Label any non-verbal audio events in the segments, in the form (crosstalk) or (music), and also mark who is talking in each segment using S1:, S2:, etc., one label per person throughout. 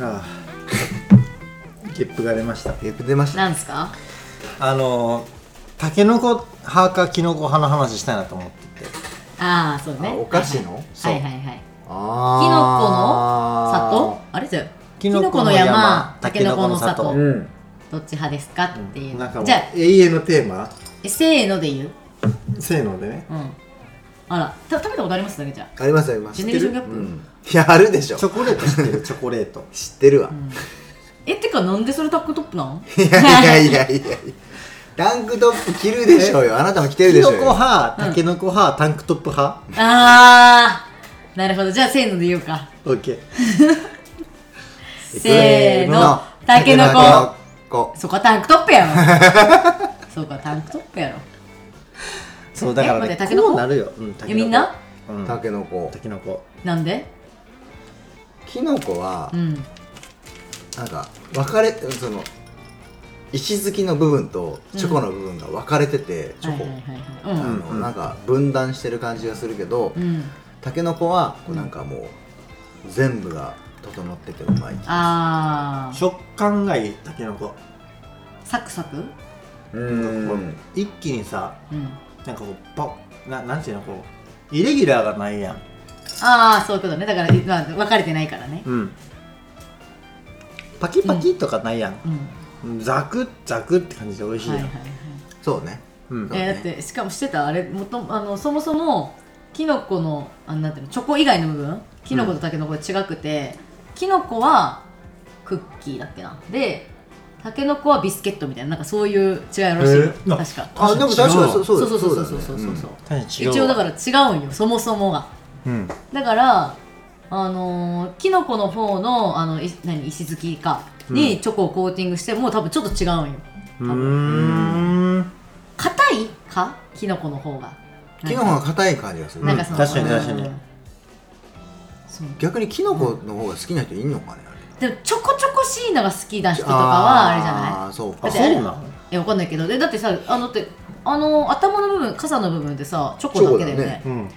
S1: ああゲップが出ました
S2: よく出ました
S3: なんですか
S1: あのタケノコ派かキノコ派の話したいなと思ってて
S3: ああそう
S2: あ
S3: ね
S2: お菓子の
S1: そ
S3: は
S1: う、
S3: いはいはいはいキノコの
S2: あ
S3: 里あれじゃ
S1: キ
S3: キ
S1: ノ
S3: ノ
S1: コ
S3: コ
S1: の
S3: の
S1: 山
S3: 山タケノコの
S1: タケノコの
S3: 里
S1: 里
S2: うん
S3: どっち派ですかっていう
S1: なんかもう
S3: じゃあ
S1: 永遠のテーマ
S3: えせーので言う
S1: せーのでね
S3: うんあらた食べたことありますだけじゃ
S2: ありますありま
S3: あ
S2: す
S3: ジ
S2: う
S3: ェネ
S2: ん
S3: レーションギャップ、
S2: いやあるでしょ
S1: チョコレート知ってるチョコレート
S2: 知ってるわ
S3: うんえってかなんでそれタックトップなん
S2: (laughs) いやいやいやいやタンクトップ着るでしょうよあなたも着てる
S1: キ
S2: で
S1: ノ
S2: しょ
S1: コ
S2: うよ
S1: 派タケノコ派、タンクトップ派
S3: あーなるほどじゃあせーので言うか
S1: オッケー
S3: せーのタ
S2: タケ
S3: ケ
S2: ノ
S3: ノ
S2: コ
S3: コ
S2: こ
S3: そこはタンクトップやろそうかタンクトップやろ
S1: そうだから
S3: え待っ
S1: ね
S3: てタケノコ
S1: こうなるよ、うん、タケノコ
S3: えみんな
S1: うん
S2: タ
S1: タ
S2: ケノコ
S1: ケノコ
S3: なんで
S2: キノコは
S3: うん
S2: なんか分かれその石突きの部分とチョコの部分が分かれててチ
S3: はい
S2: ョ
S3: はい
S2: コ
S3: はいはい
S2: あ
S3: うん
S2: のなんか分断してる感じがするけど
S3: うん
S2: タケノコはこうなんかもう全部が整っててうまい
S3: あー
S1: 食感がいいタケノコ
S3: サクサク
S2: う
S1: 一気にさ
S3: うん
S1: なんかこうパななんていうのこうイレギュラーがないやん
S3: ああそういうことねだから、まあ、分かれてないからね
S1: うんパキパキとかないやん、
S3: うん
S1: ザクッザクッって感じで美味しい
S3: は
S1: や
S3: い
S1: ん、
S3: はいはい
S2: そうね
S1: うん
S2: そう
S3: え
S2: ね
S3: ーだってしかもしてたあれもとあのそもそもキノコのあのなんていうのチョコ以外の部分キノコとタケノコで違くて、キノコはクッキーだっけなでタケノコはビスケットみたいななんかそういう違いらしいよ、
S1: えーあ
S3: 確か
S2: あでも確かにそう
S3: そう
S2: だ
S3: そうそうそうそう
S2: だね
S3: そうそうそう
S1: 確かに違う
S3: 一応だから
S1: ら
S3: 違うんよそもそもが
S1: うん
S3: だからあのーキノコの方のあのい何石突きかにチョコをコーティングしても多分ちょっと違うんよ
S1: う
S3: 多
S1: ー
S3: 分
S1: ん
S3: 硬いかキノコの方が
S2: うんキノコが硬い感じがする
S3: なんかその、
S1: うん確かに確かに
S3: うんそう
S2: 逆にキノコの方が好きな人いんのかねあれ
S3: でもちょこちょこしいのが好きな人とかはあれじゃない
S2: あーそう
S1: あ
S2: か
S3: だっ
S1: そ
S3: て
S1: うなの
S3: えわかんないけどでだってさあのってあの頭の部分傘の部分ってさチョコだけだよ
S2: チョコ
S3: ね
S2: だね
S1: うん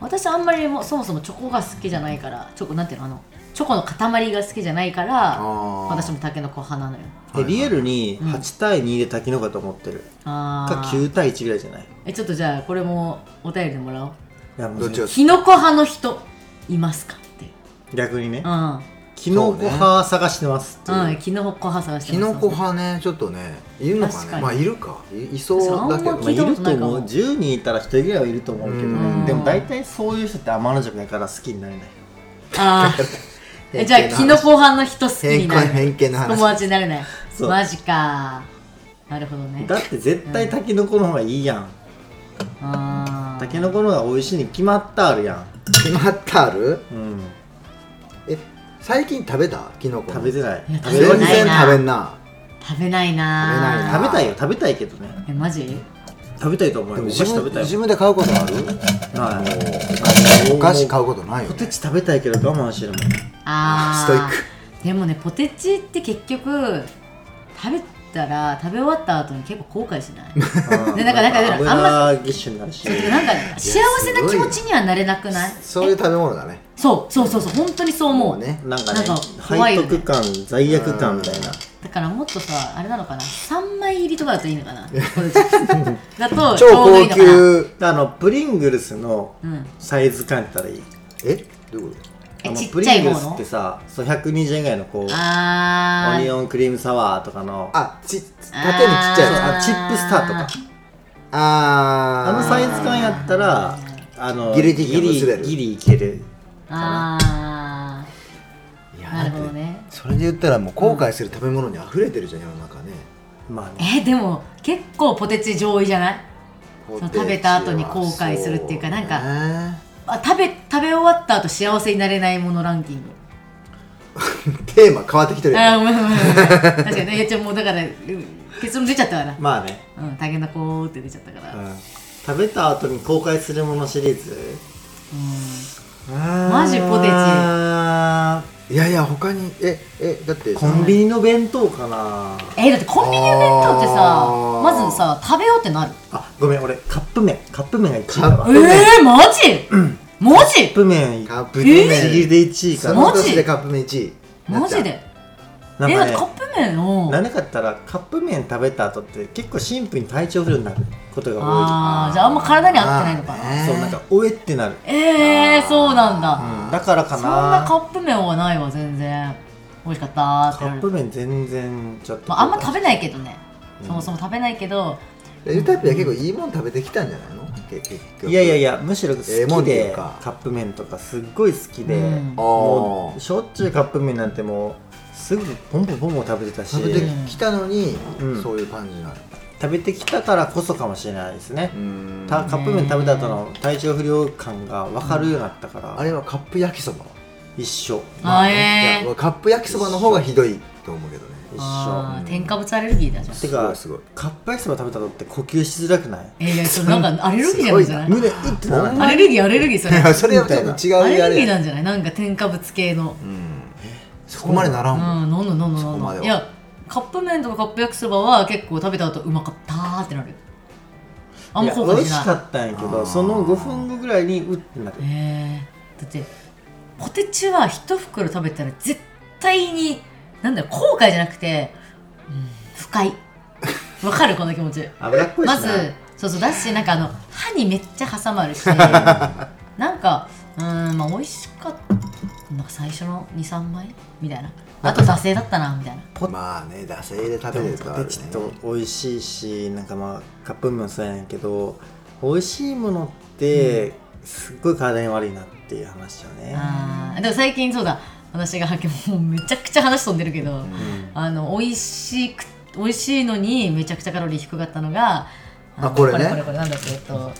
S3: 私あんまりもうそもそもチョコが好きじゃないからチョコなんていうのあのチョコの塊が好きじゃないから
S2: あー
S3: 私もタケノコ派なのよ
S1: でリアルに
S3: うん
S1: 8対2でタケノコだと思ってる、
S3: あ
S1: か
S3: ー
S1: 9対1ぐらいじゃないい
S3: えちょっとじゃあこれもお便りでもらおう
S1: やもう
S2: どっちが好き
S3: キノコ派の人いますかっていう
S1: 逆にね
S3: うん
S1: キノコ派探してますっていう
S3: うん、キノコ派探して
S2: キ
S3: ます
S2: ノコ派ねちょっとねいるのか
S3: 確
S2: ね
S3: かに
S2: まあいるかいいそうだけ
S3: そうあん
S2: ど
S3: ま
S1: まあ、
S3: 聞
S1: い
S3: いた
S1: る
S3: こ
S1: と
S3: とないか
S1: 思
S3: も
S1: う10人いたら1人ぐらいはいると思うけど
S2: う
S1: ね
S2: ん
S1: でも大体そういう人って天の弱だから好きになれない
S3: あ
S2: (laughs)
S3: あえじゃあキノコ派の人好き
S2: 偏
S3: に
S2: 見
S3: なる
S2: 偏見の
S3: 友
S2: 話
S3: 達になれない
S1: そう
S3: マジかなるほどね
S1: だって絶対タケノコの方がいいやん、
S3: あ
S1: タケノコの方が美味しいに決まったあるや
S2: 決まったある
S1: んうん
S2: え最近食べたキノコ
S1: 食べて
S2: い
S1: ない
S3: いや
S1: 食べれ
S2: 全
S3: 食べ
S1: ない
S3: てない
S2: 然食べんな
S3: コ食べないな
S2: 食
S1: 食べたいよ食べたいけどね
S3: えマジ
S1: 食べたいと思う
S2: で
S1: よ
S2: も
S1: お菓
S2: 自
S1: 子食べ
S2: 分
S1: たい
S2: 自
S1: よ
S2: 分で買うことある
S1: は
S2: も
S1: いう
S2: お菓子買うことないよ
S1: ポ
S2: ね
S1: テチ食べたいけど我慢してるもん
S3: あー
S2: ストイック
S3: でもねポテチって結局食べたら食べ終わった後に結構後悔し
S2: (laughs)
S3: ないでなんかなんかなんかあんま
S1: 油ぎっしゅになるし
S3: ちょっとなんか幸せな気持ちにはなれなくない
S2: そういう食べ物だね
S3: えそうそうそうそう本当にそう思う
S2: ね
S1: なんか
S3: な
S1: ね
S3: んか怖
S1: 背
S3: いよね
S1: 徳感罪悪感みたいな
S3: だからもっとさあれなのかな3枚入りとかだといいのか
S1: (laughs)
S3: なだとち
S2: 超
S3: ょうどいいの
S2: 高
S3: かな
S2: 級
S1: あのプリングルスの
S3: うん
S1: サイズ感やったらいい
S2: えどういうこ
S1: あ
S3: え
S1: の
S3: ち
S1: プ
S3: っちゃ
S1: リ
S3: い
S1: ング
S3: 方
S1: ルスっ
S3: の
S1: てさそう120円ぐらいのこう
S3: あ
S1: オニ
S3: ー
S1: オンクリームサワーとかの
S2: とあち縦にちっちゃいやつ
S1: あチップスターとか
S2: あ
S1: あ
S2: ー
S1: のサイズ感やったらあの
S2: ギリギリ薄れる
S1: ギリいける
S3: ああ
S2: いや
S3: ーなるほどね
S2: それで言ったらもう後悔する食べ物に溢れてるじゃん世の中ね
S1: まあね
S3: えでも結構ポテチ上位じゃない
S2: ポ
S3: そう
S2: テチは
S3: 食べた後に後悔するっていうかなんか
S2: そうね
S3: あ食べ食べ終わった後幸せになれないものランキング
S2: (laughs) テーマ変わってきてるよね
S3: あーごめんごめんごめん確かにねえちょもうだからうん結論出ちゃったから
S1: まあね、
S3: うんタケノコーって出ちゃったから
S1: う
S3: うん
S1: ん、食べた後に公開するものシリーズマ
S3: マジポテチ
S2: いやいや他にええだって
S1: コンビニの弁当かな
S3: えだってコンビニの弁当って
S2: あ
S3: さ
S2: ー
S3: まずさ食べようってなる
S1: あごめん俺カップ麺カップ麺が1位だわ
S2: カッ
S1: カ
S2: プ麺
S3: えー、マジマジ
S1: ップ麺
S2: カップ
S1: ぶっ
S2: 麺
S1: ちぎりで1位か
S2: そ
S1: な
S2: の
S3: マジ
S2: 年でカップ麺1位
S3: マジで
S1: な
S3: え
S1: ん
S3: だ
S1: か
S3: って
S1: ね
S3: カップ麺を
S1: なんでかって言ったらカップ麺食べた後って結構シンプルに体調不良になることが
S3: あーじゃああんま体に合ってないのかな、
S1: 多いそうなんかおえってなる、
S3: えー、そうなんだ、
S1: うん、だからか
S3: そんな
S1: な
S3: カップ麺はないわ全然美味しかったーって
S1: カ
S3: 言われ
S1: ッ
S3: る
S1: プ麺全然ちょっと、
S3: まあ、あんま食べないけどね、
S1: うん
S3: そもそも食べないけど
S2: レジタイプは結構いいもん食べてきたんじゃないのけ結局
S1: いやいやい
S2: や
S1: やむしろ好
S2: ええもんっ
S1: き
S2: てい
S1: で
S2: うか
S1: カップ麺とかすっごい好きで、
S3: うん
S2: あ
S1: も
S2: あ
S1: うしょっちゅうカップ麺なんてもうすぐポンポンポンポン食べてたし
S2: 食べてきたのに、
S1: うん
S2: そういう感じなの
S1: 食べてきたからこそかもしれないですね、
S2: うん
S1: たカップ麺食べた後の体調不良感が分かるようになったから、
S2: あれはカップ焼きそば
S1: 一緒
S3: あ
S2: い
S3: え
S2: やカップ焼きそばの方がひどいと思うけどね
S1: 一緒
S3: あー添加物アレルギーだじゃん
S1: てか
S2: すごいす
S1: カップ焼きそば食べた後って呼吸しづらくない
S3: えーいやそれなんかアレルギーなんじゃない
S1: 胸いってなら
S3: ア
S1: ない
S3: レルギーアレルギーそ
S2: ごい (laughs)
S3: れ
S2: いやそれはちょっと違う
S3: アレ
S2: や
S3: ルギーな
S2: れ
S3: んじゃないなんか添加物系の
S2: うんそこまでなら
S3: うん
S2: も
S3: ん
S2: ん
S3: 飲んだ飲んだ飲んだ
S2: そこまではい
S3: やカップ麺とかカップ焼きそばは結構食べた後うまかったーってなるよあん
S1: い
S3: ま
S1: や
S3: 後
S1: 美
S3: 悔
S1: 味
S3: し
S1: し
S3: ない
S1: かったんやけ
S2: あ
S1: ど
S2: ー
S1: その5分後ぐらいにうってなる
S3: えー、だってポテチは一袋食べたら絶対になんだろう後悔じゃなくて、うん、不快わかるこの気持ち
S1: 脂っこいしな
S3: まずそうそうだしなんかあの歯にめっちゃ挟まるしなんかうーんまあ美味しかったなんか最初の23枚みたいなあと惰性だったなみたいな
S1: ポ
S2: まあね惰性で食
S1: で
S2: べる
S1: も
S2: と
S1: ポ
S2: ある
S1: テ
S2: ね
S1: チと美味しいしなんかまあカップ麺もそうやねんけど美味しいものってすっごい体に悪いなっていう話よね
S3: あーでも最近そうだ私が発見もうめちゃくちゃ話飛んでるけど、
S1: うん
S3: あの美味しく美味しいのにめちゃくちゃカロリー低かったのが
S2: あ
S3: の
S2: これ
S3: こ
S2: ね
S3: れこれこれなんだっけえっと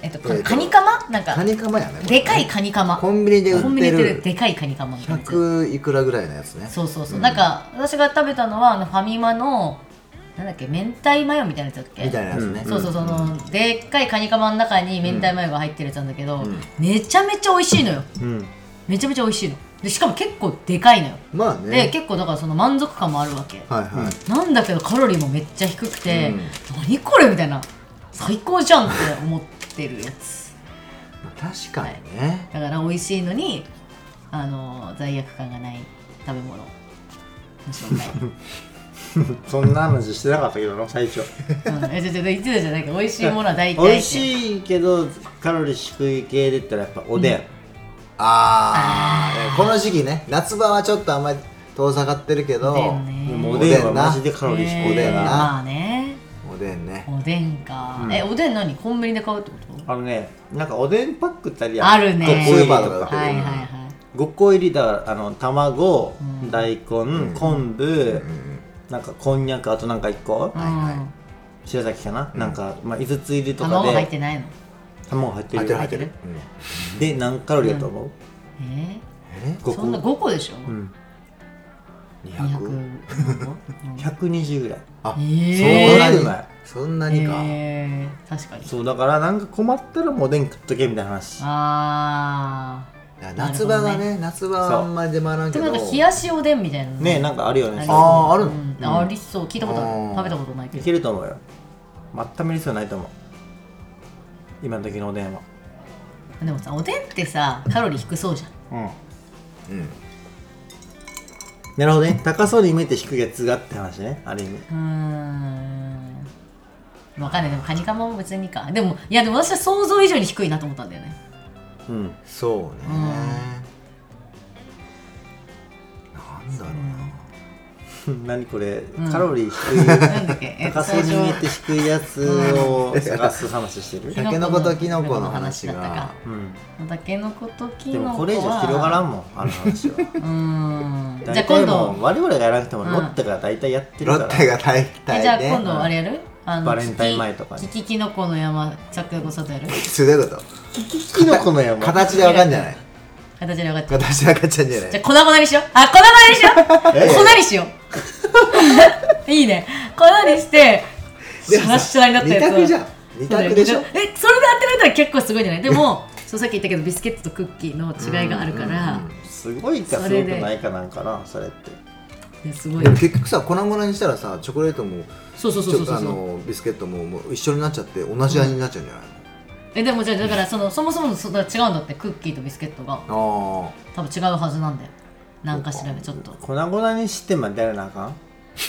S3: えっと
S2: え
S3: か
S2: っと
S3: カニカマなん
S2: カ
S3: か
S2: ニカマやねこれね
S3: でかいカニカマ
S2: コンビニで
S3: コン
S2: 売
S3: ビ
S2: っ
S3: ニ
S2: て
S3: で売ってる
S2: る
S3: でかいカニカマみたいなやつ
S2: 100いくらぐらいのやつね
S3: そうそうそう、
S2: うん
S3: なんか私が食べたのはあのファミマのなんだっけ明太マヨみたいなやつだっけ
S2: みたいなやつね
S1: うん
S3: そうそうその、でっかいカニカマの中に明太マヨが入ってるやつなんだけど、
S2: うん
S3: めちゃめちゃ美味しいのよ
S1: うん
S3: めちゃめちゃ美味しいのでしかも結構でかいのよ、
S2: まあ
S3: で
S2: ね
S3: 結構だからその満足感もあるわけ、
S2: はいは
S3: なんだけどカロリーもめっちゃ低くて、
S2: うん
S3: 何これみたいな最高じゃんって思ってるやつ
S2: い確かにね
S3: だから美味しいのにあの罪悪感がない食べ
S2: (laughs)
S3: 物の紹介
S1: そんな話してなかったけどな最初
S3: うんえじゃじゃ言ってたじゃないか美味しいものは大体
S1: 美味
S3: い
S1: しいけどカロリー低い系で言ったらやっぱおでん、
S2: あーこの時期ね夏場はちょっとあんまり遠ざかってるけど
S3: おでんね
S1: でもおでんはマジでカロリー低い、
S2: おでんな
S3: まあね
S2: おでんね
S3: おでんか、
S1: うん
S3: えおでん何コンビニで買うってこと
S1: あのねなんかおでんパックってあるやん
S3: あるね
S1: 5個入り
S2: スーパーとか
S1: と
S2: で売っ
S1: か
S2: てる
S3: はいはいはい
S1: 5個入りだからあの卵、
S3: うん
S1: 大根、
S2: ん
S1: 昆布、
S2: うん
S1: なんかこんにゃくあとなんか1個、
S2: はいはい
S3: うん
S1: 白崎かな、
S2: うん
S1: なんか、まあ、5つ入りとか
S3: 卵入っ
S1: で
S3: てないの
S1: 卵入ってる
S2: 入ってる入ってるうん
S1: で何カロリーだと思う、
S3: え
S2: え
S1: 五
S3: そんな
S1: 個
S3: 5個でしょ、
S1: うん、
S2: 200
S3: 200
S1: (laughs) 120ぐらい、
S2: あ
S3: えー
S1: そんなにうまい
S2: そんなにか
S3: えー、確かに
S1: そうだからなんか困ったらもうおでん食っとけみたいな話
S3: あ
S2: いや夏場は
S3: なる
S2: ね夏場はあんまり出回ら
S3: あ
S2: ん
S3: で
S2: け
S3: もな
S2: ど
S3: んか冷やしおでんみたいなの
S1: ねなんかあるよねそう
S3: ありそう
S2: あーあるの
S3: うん
S1: うん
S3: ありそう聞いたことあ
S2: あ
S3: る
S2: ー
S3: 食べたことないけ
S1: い
S3: ど
S1: けると思うよ全く見る必要ないと思う今の時のおでんは
S3: でもさおでんってさカロリー低そうじゃん
S1: うん
S2: うん
S1: なるほどね高そうに見えて低いやつがって話ねある意味
S3: うーんわかんないでもカニカマも別にかでもいやでも私は想像以上に低いなと思ったんだよね
S1: うん (laughs)
S2: そうねなんだろう
S1: うん何これ、
S3: ん
S1: カロリー低
S3: なんだっけえ
S1: い
S3: っと
S1: 高そ
S3: 最
S1: う
S3: 初
S1: に見えて低いやつを探す話してる
S2: たけのこときのこの話
S3: たけのこの話だ
S2: が
S3: っ
S1: うん
S3: たけのことき
S1: で
S3: のこは
S1: もこれ以上広がらんもんあの話は
S3: うーんじゃあ
S1: 大
S3: 今
S1: 体
S3: 度
S1: もう我々がやらなくても
S3: うん
S1: ロッテが大体やってる
S2: ロ
S1: から
S2: ッテが大体
S3: え
S2: ね
S3: じゃあ今度あれやる、あの
S1: バレンタイン前とかに
S3: キキキノコの山着こさとやる
S2: それどういうこと
S1: キノコの山
S2: 形でわかんじゃない
S3: 形で分かっちゃう
S2: 形でわかっちゃうんじゃな
S3: じゃあ
S2: い
S3: 粉々にしようあ粉々にしよ
S1: え
S3: う粉にしよう (laughs) いいね粉にしてシャラッシャラになった
S2: 二
S3: やつ
S2: 択じゃん二
S3: そうだよ
S2: 択でしょ
S3: えそれで当てられたら結構すごいんじゃないでもそうさっき言ったけどビスケットとクッキーの違いがあるか
S2: う
S3: ら
S2: んうん
S1: すごいか
S3: そ
S1: す
S3: れ
S1: ご
S3: で
S1: くないかなんかなそれって
S3: ねすごい
S2: でも結局さ粉々にしたらさチョコレートも
S3: そうそうそう
S2: ち
S3: そ
S2: ょ
S3: うそ
S2: っとあ
S3: う
S2: のビスケットももう一緒になっちゃって同じ味になっちゃうんじゃない
S3: えでもじゃあだからそのそもそものそだから違うんだってクッキーとビスケットが
S2: の、あ
S3: 多分違うはずなんだよなんか調べちょっと
S1: 粉々にしてまでやらなあかん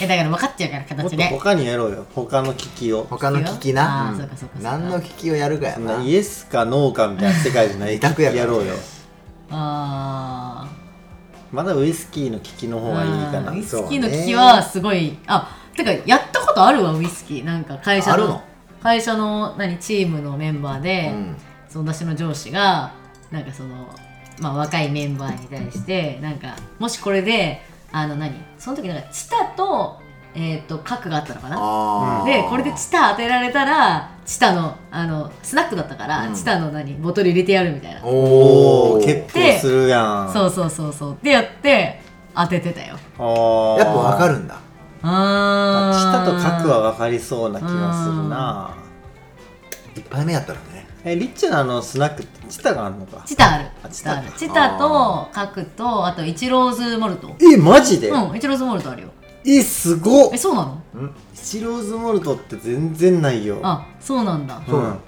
S3: えだから分かっちゃうから
S1: もっ
S3: 形
S1: と
S3: で
S1: 他にやろうよ他の聞きを
S2: 他の聞き
S3: あ
S2: な
S3: ー
S2: うん
S3: そうかそうかそうか
S2: 何の聞きをやるかや
S1: そん
S2: な
S1: なイエスかノーかみたいな世界じゃな
S2: (laughs)
S1: い
S2: 二択やから
S1: やろうよ
S3: ああ
S1: まだウイスキーの聞きの方がいいかな
S3: うんウイス
S1: そう
S3: キーの利きはすごい、あてかやったことあるわウイスキーなんか会社の
S2: あるの
S3: 会社の何チームのメンバー
S2: う
S3: で、
S2: ん
S3: その私の上司がなんかその、まあ、若いメンバーに対してなんかもしこれであの何その時なんかチタと,、えー、と核があったのかな
S2: あー
S3: でこれでチタ当てられたらチタのあのスナックだったから、
S2: うん
S3: チタの何ボトル入れてやるみたいな
S1: お
S2: おお
S1: お結構するやん
S3: そうそうそうそうってやって当ててたよ
S1: あー
S2: やっぱわかるんだ
S3: あ
S1: あ
S3: ー
S1: チタと角は分かりそうな気がするな
S2: 一杯目やったらね
S1: えリッチなのスナックってチタがあるのか
S3: チタある
S1: あ
S3: チタある
S1: チ
S3: チ
S2: タ
S3: タと角とあとイチローズモルト
S1: えマジで、
S3: うんイチローズモルトあるよ
S1: えすごっ
S3: えそうなの
S2: うん
S1: イチローズモルトって全然ないよ
S3: あそうなんだ
S2: そううなんの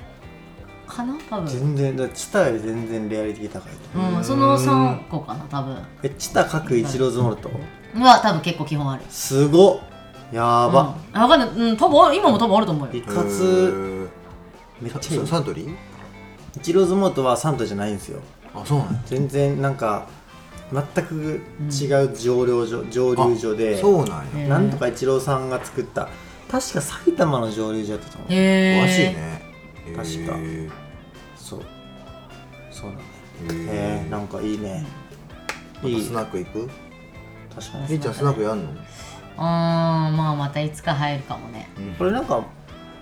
S3: かな多分
S1: 全然だチタより全然レアリティ高い
S3: うんその3個かな多分
S1: えチタ角イチローズモルト
S3: は多分結構基本ある
S1: すごっやば、
S3: うん、あ分かんない、うん、多分ある今も多分あると思う
S1: い
S3: よ
S1: かつ
S2: つ
S1: めっちゃいい
S2: サントリー
S1: イチローズモルトはサントじゃないんですよ
S2: あそうなんや
S1: 全然なんか全く違う蒸留所、蒸留所で
S2: そうなんや
S3: ね
S1: なんとかイチローさんが作った確か埼玉の蒸留所やったと思う
S3: へえ
S2: 詳しいね
S1: 確か
S2: へ
S1: そうそうなんだ
S2: ー
S1: へえなんかいいねいい
S2: スナック行く
S1: 確かに
S2: りっちゃんスナックやんの
S3: あーまあまたいつか入るかもね
S1: これなんか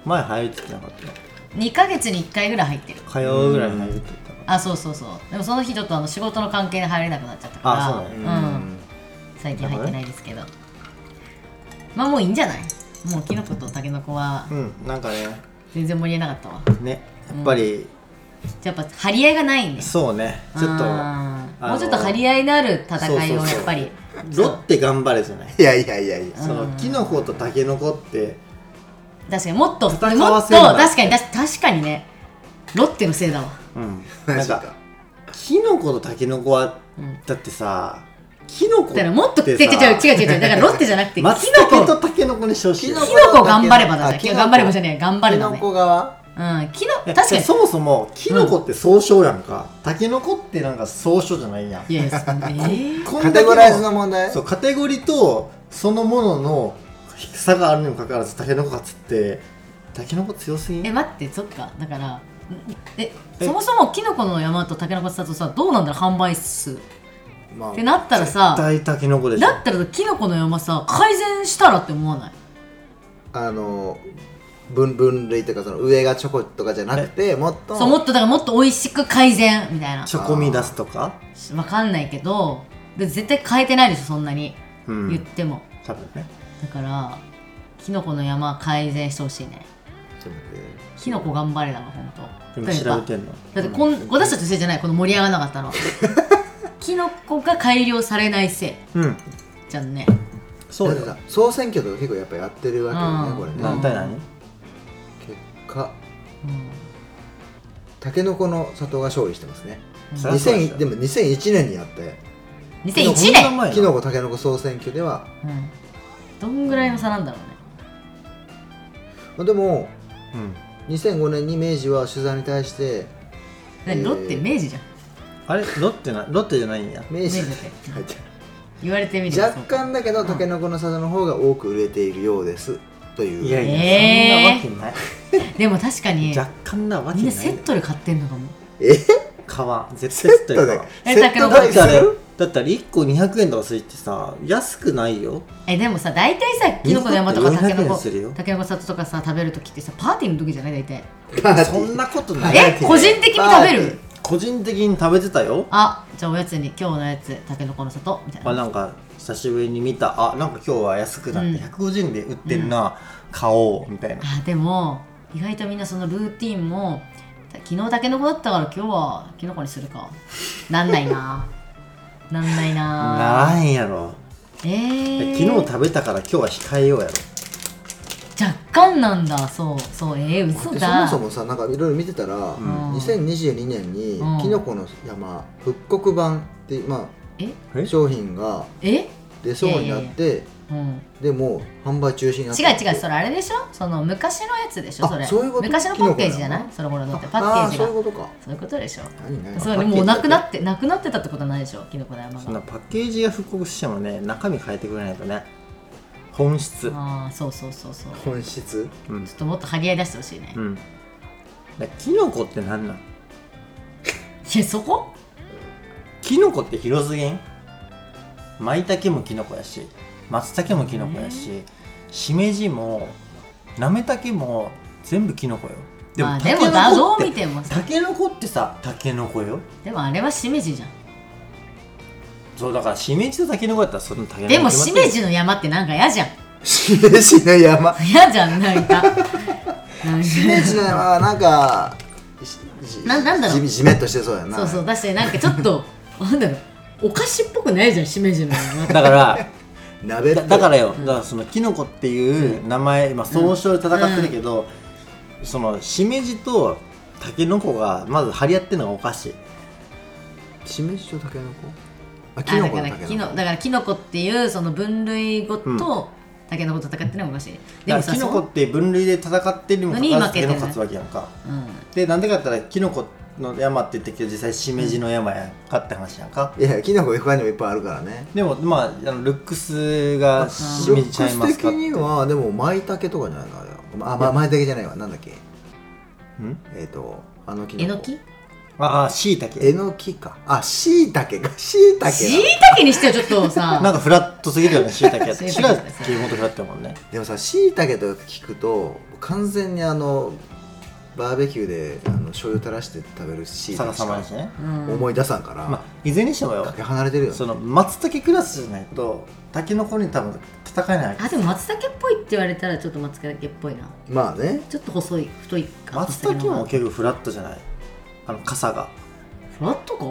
S1: 前入るって言ってなかった
S3: 2ヶ月に1回ぐらい入ってる
S1: 通うぐらい入るって言ってなかっ
S3: あそうそうそうでもその日ちょっとあの仕事の関係で入れなくなっちゃったか
S1: あ
S3: ら
S1: そうなんや
S3: うん最近入ってないですけどまあもういいんじゃないもうキノコとタケノコは
S1: たうんなんかね
S3: 全然盛り上がなかったわ
S1: ねやっぱり、
S3: やっぱ張り合いがないね
S1: そうねちょっと
S3: あー
S1: あの
S3: もうちょっと張り合いのある戦い
S1: そうそう
S3: を
S1: そう
S3: やっぱり
S1: ロッテ頑張れじゃない
S2: いやいやいやいや
S1: そのキノコとタケノコって
S3: 確かにもっともっと
S1: 戦
S3: 確
S1: わせるな
S3: かにだ確かにねロッテのせいだわ
S1: うんな
S2: マ
S1: ん
S2: ジ
S1: か
S2: か
S1: キノコとタケノコは
S3: うん
S1: だってさキノコ
S3: だ
S1: っ
S3: か
S1: て
S3: ら
S1: さ
S3: もっと違う違う違う違う違うだからロッテじゃなくてキノコ
S1: (laughs) 松茸とタケノコにしてほしいよ
S2: キノ
S3: キノコ頑張ればだね
S2: あキノコ
S3: 頑張ればじゃねえ頑張れ
S2: キ
S3: ば
S2: ノ
S3: ね
S2: コ側
S3: うんキノ
S1: え
S3: 確かに
S1: そもそもキノコって総称やんか、タケノコってなんか総称じゃないやん
S3: いやいやそんなえー
S1: こんだけ
S2: カテゴライズの問題
S1: そうカテゴリーとそのものの低さがあるにもかかわらずタケノコがつってタケノコ強すぎん
S3: え待ってそっかだからえそもそもキノコの山とタケノコの里とさどうなんだろう販売数っ
S2: まあ
S3: てなったら
S1: 絶
S3: さ
S1: 対タケノコでしょ
S3: だったらキノコの山さ改善したらって思わない
S2: あの分分類というかその上がチョコとかじゃなくてもっと
S3: そうもっとだからもっと美味しく改善みたいな
S1: チョコミ出すとか
S3: わかんないけどで絶対変えてないでしょそんなに、
S1: うん
S3: 言っても
S1: 多分ね
S3: だからキノコの山改善してほしいね
S2: ちょっと待って
S3: キノコ頑張れだわほんと
S1: 今
S3: だって
S1: 調べてんの
S3: だってこん私たちのせいじゃないこの盛り上がらなかったの
S1: (laughs)
S3: はキノコが改良されないせい
S1: うん
S3: じゃんね
S1: そ
S2: だ
S1: う
S2: っ
S1: だ
S2: て
S1: よ
S2: さ総選挙とか結構やっぱやってるわ
S3: うん
S2: けよねこれ
S1: 何
S2: ね
S1: 対何
S2: 結果
S3: うん
S2: タケノコの里が勝利してますね
S1: そりゃそうでしょ
S2: 2000でも2001年にやって
S3: 2001
S1: そん
S3: 年、
S1: な前な
S2: キノコタケノコ総選挙では
S3: うん、どんぐらいの差なんだろうね
S2: まあでも
S1: うん
S2: 2005年に明治は取材に対して
S3: 何、
S2: えー
S3: ロッテ明治じゃん
S1: あれロッテなロッテじゃないんや
S2: 明治
S3: 明治だっ言われてみると
S2: 若干だけどタケノコの里の方が多く売れているようですという
S1: いやいや
S3: えー
S1: そんなわけ
S3: でも確かに
S1: ない若干なわけ
S3: みん
S1: な
S3: ないセットで買ってんのかも
S2: え
S1: 買わん絶対セットやから
S3: え
S2: セット (laughs)
S1: だ
S2: 代
S1: ってあ
S2: す
S1: れ
S2: る
S1: だってあれ1個200円とかするってさ安くないよ
S3: えでもさ大体さキノコの山とか
S1: 日
S3: タ
S1: 本
S3: ケ
S1: だって400
S3: ノコ
S1: 円するよ
S3: タケノコ里とかさ食べるときってさパーティーの時じゃない大体
S2: パ (laughs) ーテ
S1: そ
S2: ィ
S1: ん
S2: ー
S1: なこと
S2: パ
S1: な
S2: ー
S1: い
S2: ティー
S3: え個人的に食べる
S1: 個人的に食べてたよ
S3: あじゃあおやつに今日のやつタケノコの里みたい
S1: まあ
S3: な
S1: なんか久しぶりに見たあなんか今日は安くなって
S3: う
S1: 150円で売ってるな、買おうみたいな
S3: あでも意外とみんなそのルーティンも昨日タケノコだったから今日はキノコにするかなんないななんない
S1: (laughs)
S3: な
S1: ならんやろ
S3: えー、
S1: 昨日食べたから今日は控えようやろ
S3: 若干なんだそうそうえー、嘘
S2: でそ
S3: だ
S2: もそもさなんかいろいろ見てたら、
S3: ん
S2: 2022年に
S3: うん
S2: 「キノコの山復刻版」っていうまあ
S1: え
S2: 商品が
S3: え
S2: 出そうになって
S3: うん
S2: でも販売中止になっ
S3: 違う
S2: た
S3: 違うそれあれでしょその昔のやつでしょ
S2: あ
S3: それ
S2: そういうこと
S3: 昔のパッケージじゃな
S2: キノコなの
S3: いその頃のってパ
S2: あ
S3: ッケ
S2: あ
S3: ージ
S2: そ
S3: が
S2: ういうことか
S3: そういうことでしょ
S2: 何何
S3: そうでもうなくな
S2: パッケー
S3: っ
S2: ジだ
S3: てなくなってたってことはないでしょキノコの山
S1: そんな
S3: が
S1: パッケージが復刻してもね中身変えてくれないとね本質
S3: ああそうそうそうそう
S2: 本質
S1: うん
S3: ちょっともっと張り合い出してほしいね、
S1: う
S3: い
S1: んだキノコって何なの
S3: やそこ
S1: キノコって広すぎんマイタケもキノコやし松茸もキノコやししめじもなめたけも全部キノコよで
S3: まあ
S1: も
S3: で
S1: タ
S3: も
S1: ケ
S3: 画像
S1: ノ
S3: を
S1: コっ
S3: 見
S1: て
S3: てもさ
S1: タケノコってさタケノコよ
S3: でもあれはしめじじゃん
S1: そうだからしめじとタケノコやったらそのタケノコ
S3: でも
S1: 決まってる
S3: しめじの山ってなんか嫌じゃん
S2: しめじの山
S3: 嫌じゃんなん
S2: (laughs)
S3: かなんか
S2: しめじの山はなんかしし
S3: ななんだろう
S2: じじめっとしてそうやな
S3: そうそうだしなんかちょっと (laughs) なんだろうお菓子っぽくないじゃんし
S1: (laughs)
S3: めじの山
S1: だから
S2: 鍋っぽ
S1: だ
S2: い
S1: だからよ、だからそのキノコっていう名前、今総称で戦ってるけど、そのしめじとタケノコがまず張り合ってるのがおかしい
S2: しめじとたけのこあき
S3: あ
S2: の
S3: だ
S2: こ
S3: か
S2: の
S3: ら
S2: た
S3: キ
S2: けの
S3: ノ
S2: こ
S3: だからキノコっていうその分類ご
S1: うん
S3: とタケノコと戦ってるのがおかしいで
S1: だか
S3: もさ
S1: らキノコ
S3: そ
S1: って分類で戦ってるにもかかわらずタケノコ勝つわけやんか
S3: ううん
S1: でなんでかって言ったらキノコの山って言ったけど実際しめじの山やんかって話やんか
S2: いやきのこ他にもいっぱいあるからね
S1: でもまああのルックスがしめじちゃいますかっ
S2: ル
S1: て
S2: ックス的にはでも舞茸とかじゃないのあれはあ、ま、舞茸じゃないわなんだっけ
S1: ん
S2: えっ、とあのき
S3: え
S2: の
S3: の
S2: こ
S3: き
S1: ああしいたけ
S2: えのきかあしいたけかしいた
S3: しい
S2: け
S3: たけにしてはちょっ
S1: (laughs)
S3: と
S1: なん
S3: さ
S1: かフラットすぎるよねしいたけやって違う
S3: 椎
S1: っ
S3: 茸です
S1: てもっとフラットやもんね
S2: でもさしいたけと聞くと完全にあのバーベキューであの醤油垂らして食べるしいた
S1: 逆
S2: け
S1: さまにしてね
S3: うん
S2: 思い出さんから、
S1: まあいずれにしてもよ
S2: かけ離れてるよね
S1: その松茸クラスじゃないとタケノコに多分戦えない
S3: あでも松茸っぽいって言われたらちょっと松茸っぽいな
S2: まあね
S3: ちょっと細い太いか
S1: 松茸
S3: の方
S1: も
S3: が
S1: 結構フラットじゃないあの傘が
S3: フラットか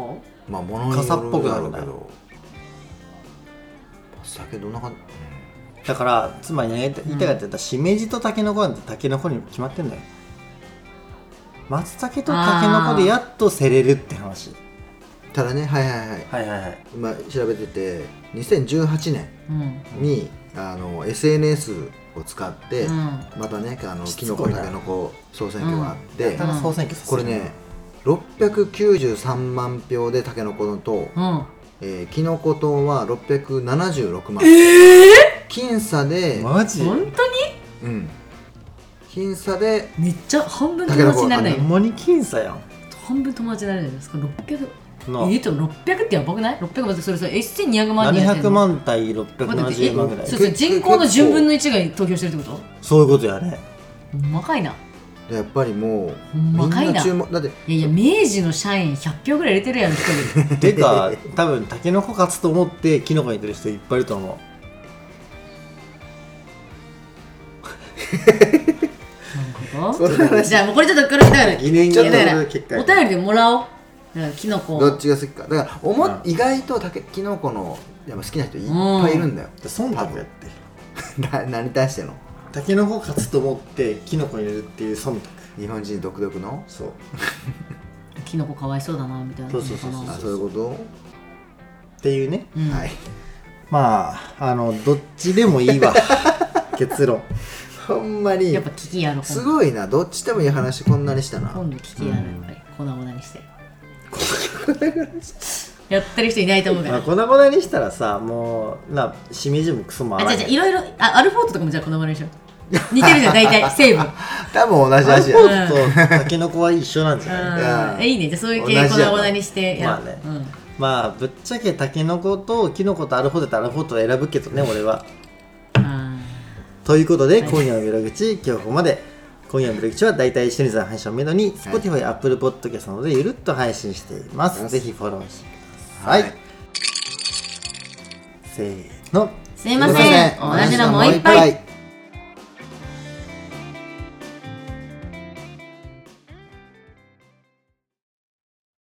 S2: まあ物によ
S1: 傘っぽ
S2: る
S1: く
S2: だ
S1: な
S2: ろ
S1: る
S2: う
S1: な
S2: けど酒どんな感じ
S1: だからつまりね言いたかったらしめじとタケノコなんてタケノコに決まってんだよ松茸とタケノコでやっと競れるって話
S2: ただねはいはいはい
S1: はいはいはい
S2: 今調べてて2018年
S3: うん
S2: にあの SNS を使って、
S3: うん
S2: またねあの
S1: し
S2: キ
S1: つ
S2: ノコ
S1: こいな
S2: タケノコ総選挙があって、
S1: だから総選挙
S2: これね693万票でタケノコの党、
S3: うん
S2: えー、キノコ党は676万、僅差で、
S1: マジ
S3: 本当に
S2: うん僅差で
S3: めっちゃ半分友達になれない
S1: ほんまに僅差やん
S3: 半分友達になれないじゃないですか600
S1: の
S3: えっと600ってやばくない ?600 まずそれそれ1200万人やってん
S1: 700
S3: の
S1: 万対
S3: 待って待って
S1: 670万ぐらい
S3: えそうそう人口の10分の1が投票してるってこと
S1: そういうことやね
S3: ほんまかいな
S2: やっぱりもう
S3: ほんま
S2: みん
S3: かいな
S2: な注目だって
S3: いやいや明治の社員100票ぐらい入れてるや
S1: (laughs)
S3: ん一人
S1: てか多分タケノコ勝つと思ってキノコに出る人いっぱいいると思う
S3: なるほ
S2: その
S3: ど
S2: 話
S3: じゃあもうこれちょっとこれだから
S1: 疑念
S3: ちょ
S1: が
S3: っとだから
S1: 結果
S3: お便りでもらおうだからキノコ
S2: どっちが好きかだからおも、
S1: うん
S2: 意外とたけキノコのやっぱ好きな人いっぱいいるんだよ、
S1: 忖度やって
S2: (laughs) な何に対しての
S1: タケノコ勝つと思ってキノコに入れるっていう忖度
S2: 日本人独特の
S1: そう
S3: キノコかわいそうだなみたいな
S1: そうそうそうそう
S2: あそういうこ
S1: っていうね
S3: うん
S2: と、はい (laughs)
S1: まああのどっちでもいい (laughs) わ結論
S2: ほんまに
S3: やっぱ聞きやろ
S2: すごいなどっちでもいい話こんなにしたな
S3: 今度聞きやろやっぱり粉々にしてやってる人いないと思うか
S1: まあ
S3: ら
S1: 粉々にしたらさもうなしめじもクソも
S3: あ、
S1: あら
S3: じゃ
S1: へ
S3: じゃ
S1: ん
S3: いろいろ、あ、アルフォートとかもじゃあこのままでしょ。似てるじゃん、大体、成分。
S2: 多分同じ
S1: アル
S2: 話
S1: フ
S2: や
S1: ォ
S2: な
S1: ートとタケノコは一緒なんじゃない
S2: や
S3: うんえいいね、じゃあそういう系
S2: 同
S3: 粉
S2: じやな
S3: 々にしてやる。
S1: まあね
S3: うん
S1: まあぶっちゃけタケノコとキノコとアルフォートとアルフォートを選ぶけどね俺は
S3: あ
S1: ということで、
S3: はい
S1: 今夜のブログチ今日はここまで今夜のブログチは大体清水さんの配信をめどに Spotify、Apple Podcast などでゆるっと配信しています、
S2: はい
S1: ぜひフォローしてください、
S2: はい
S1: せーの
S3: ーすいません、同じのもう一杯。
S2: い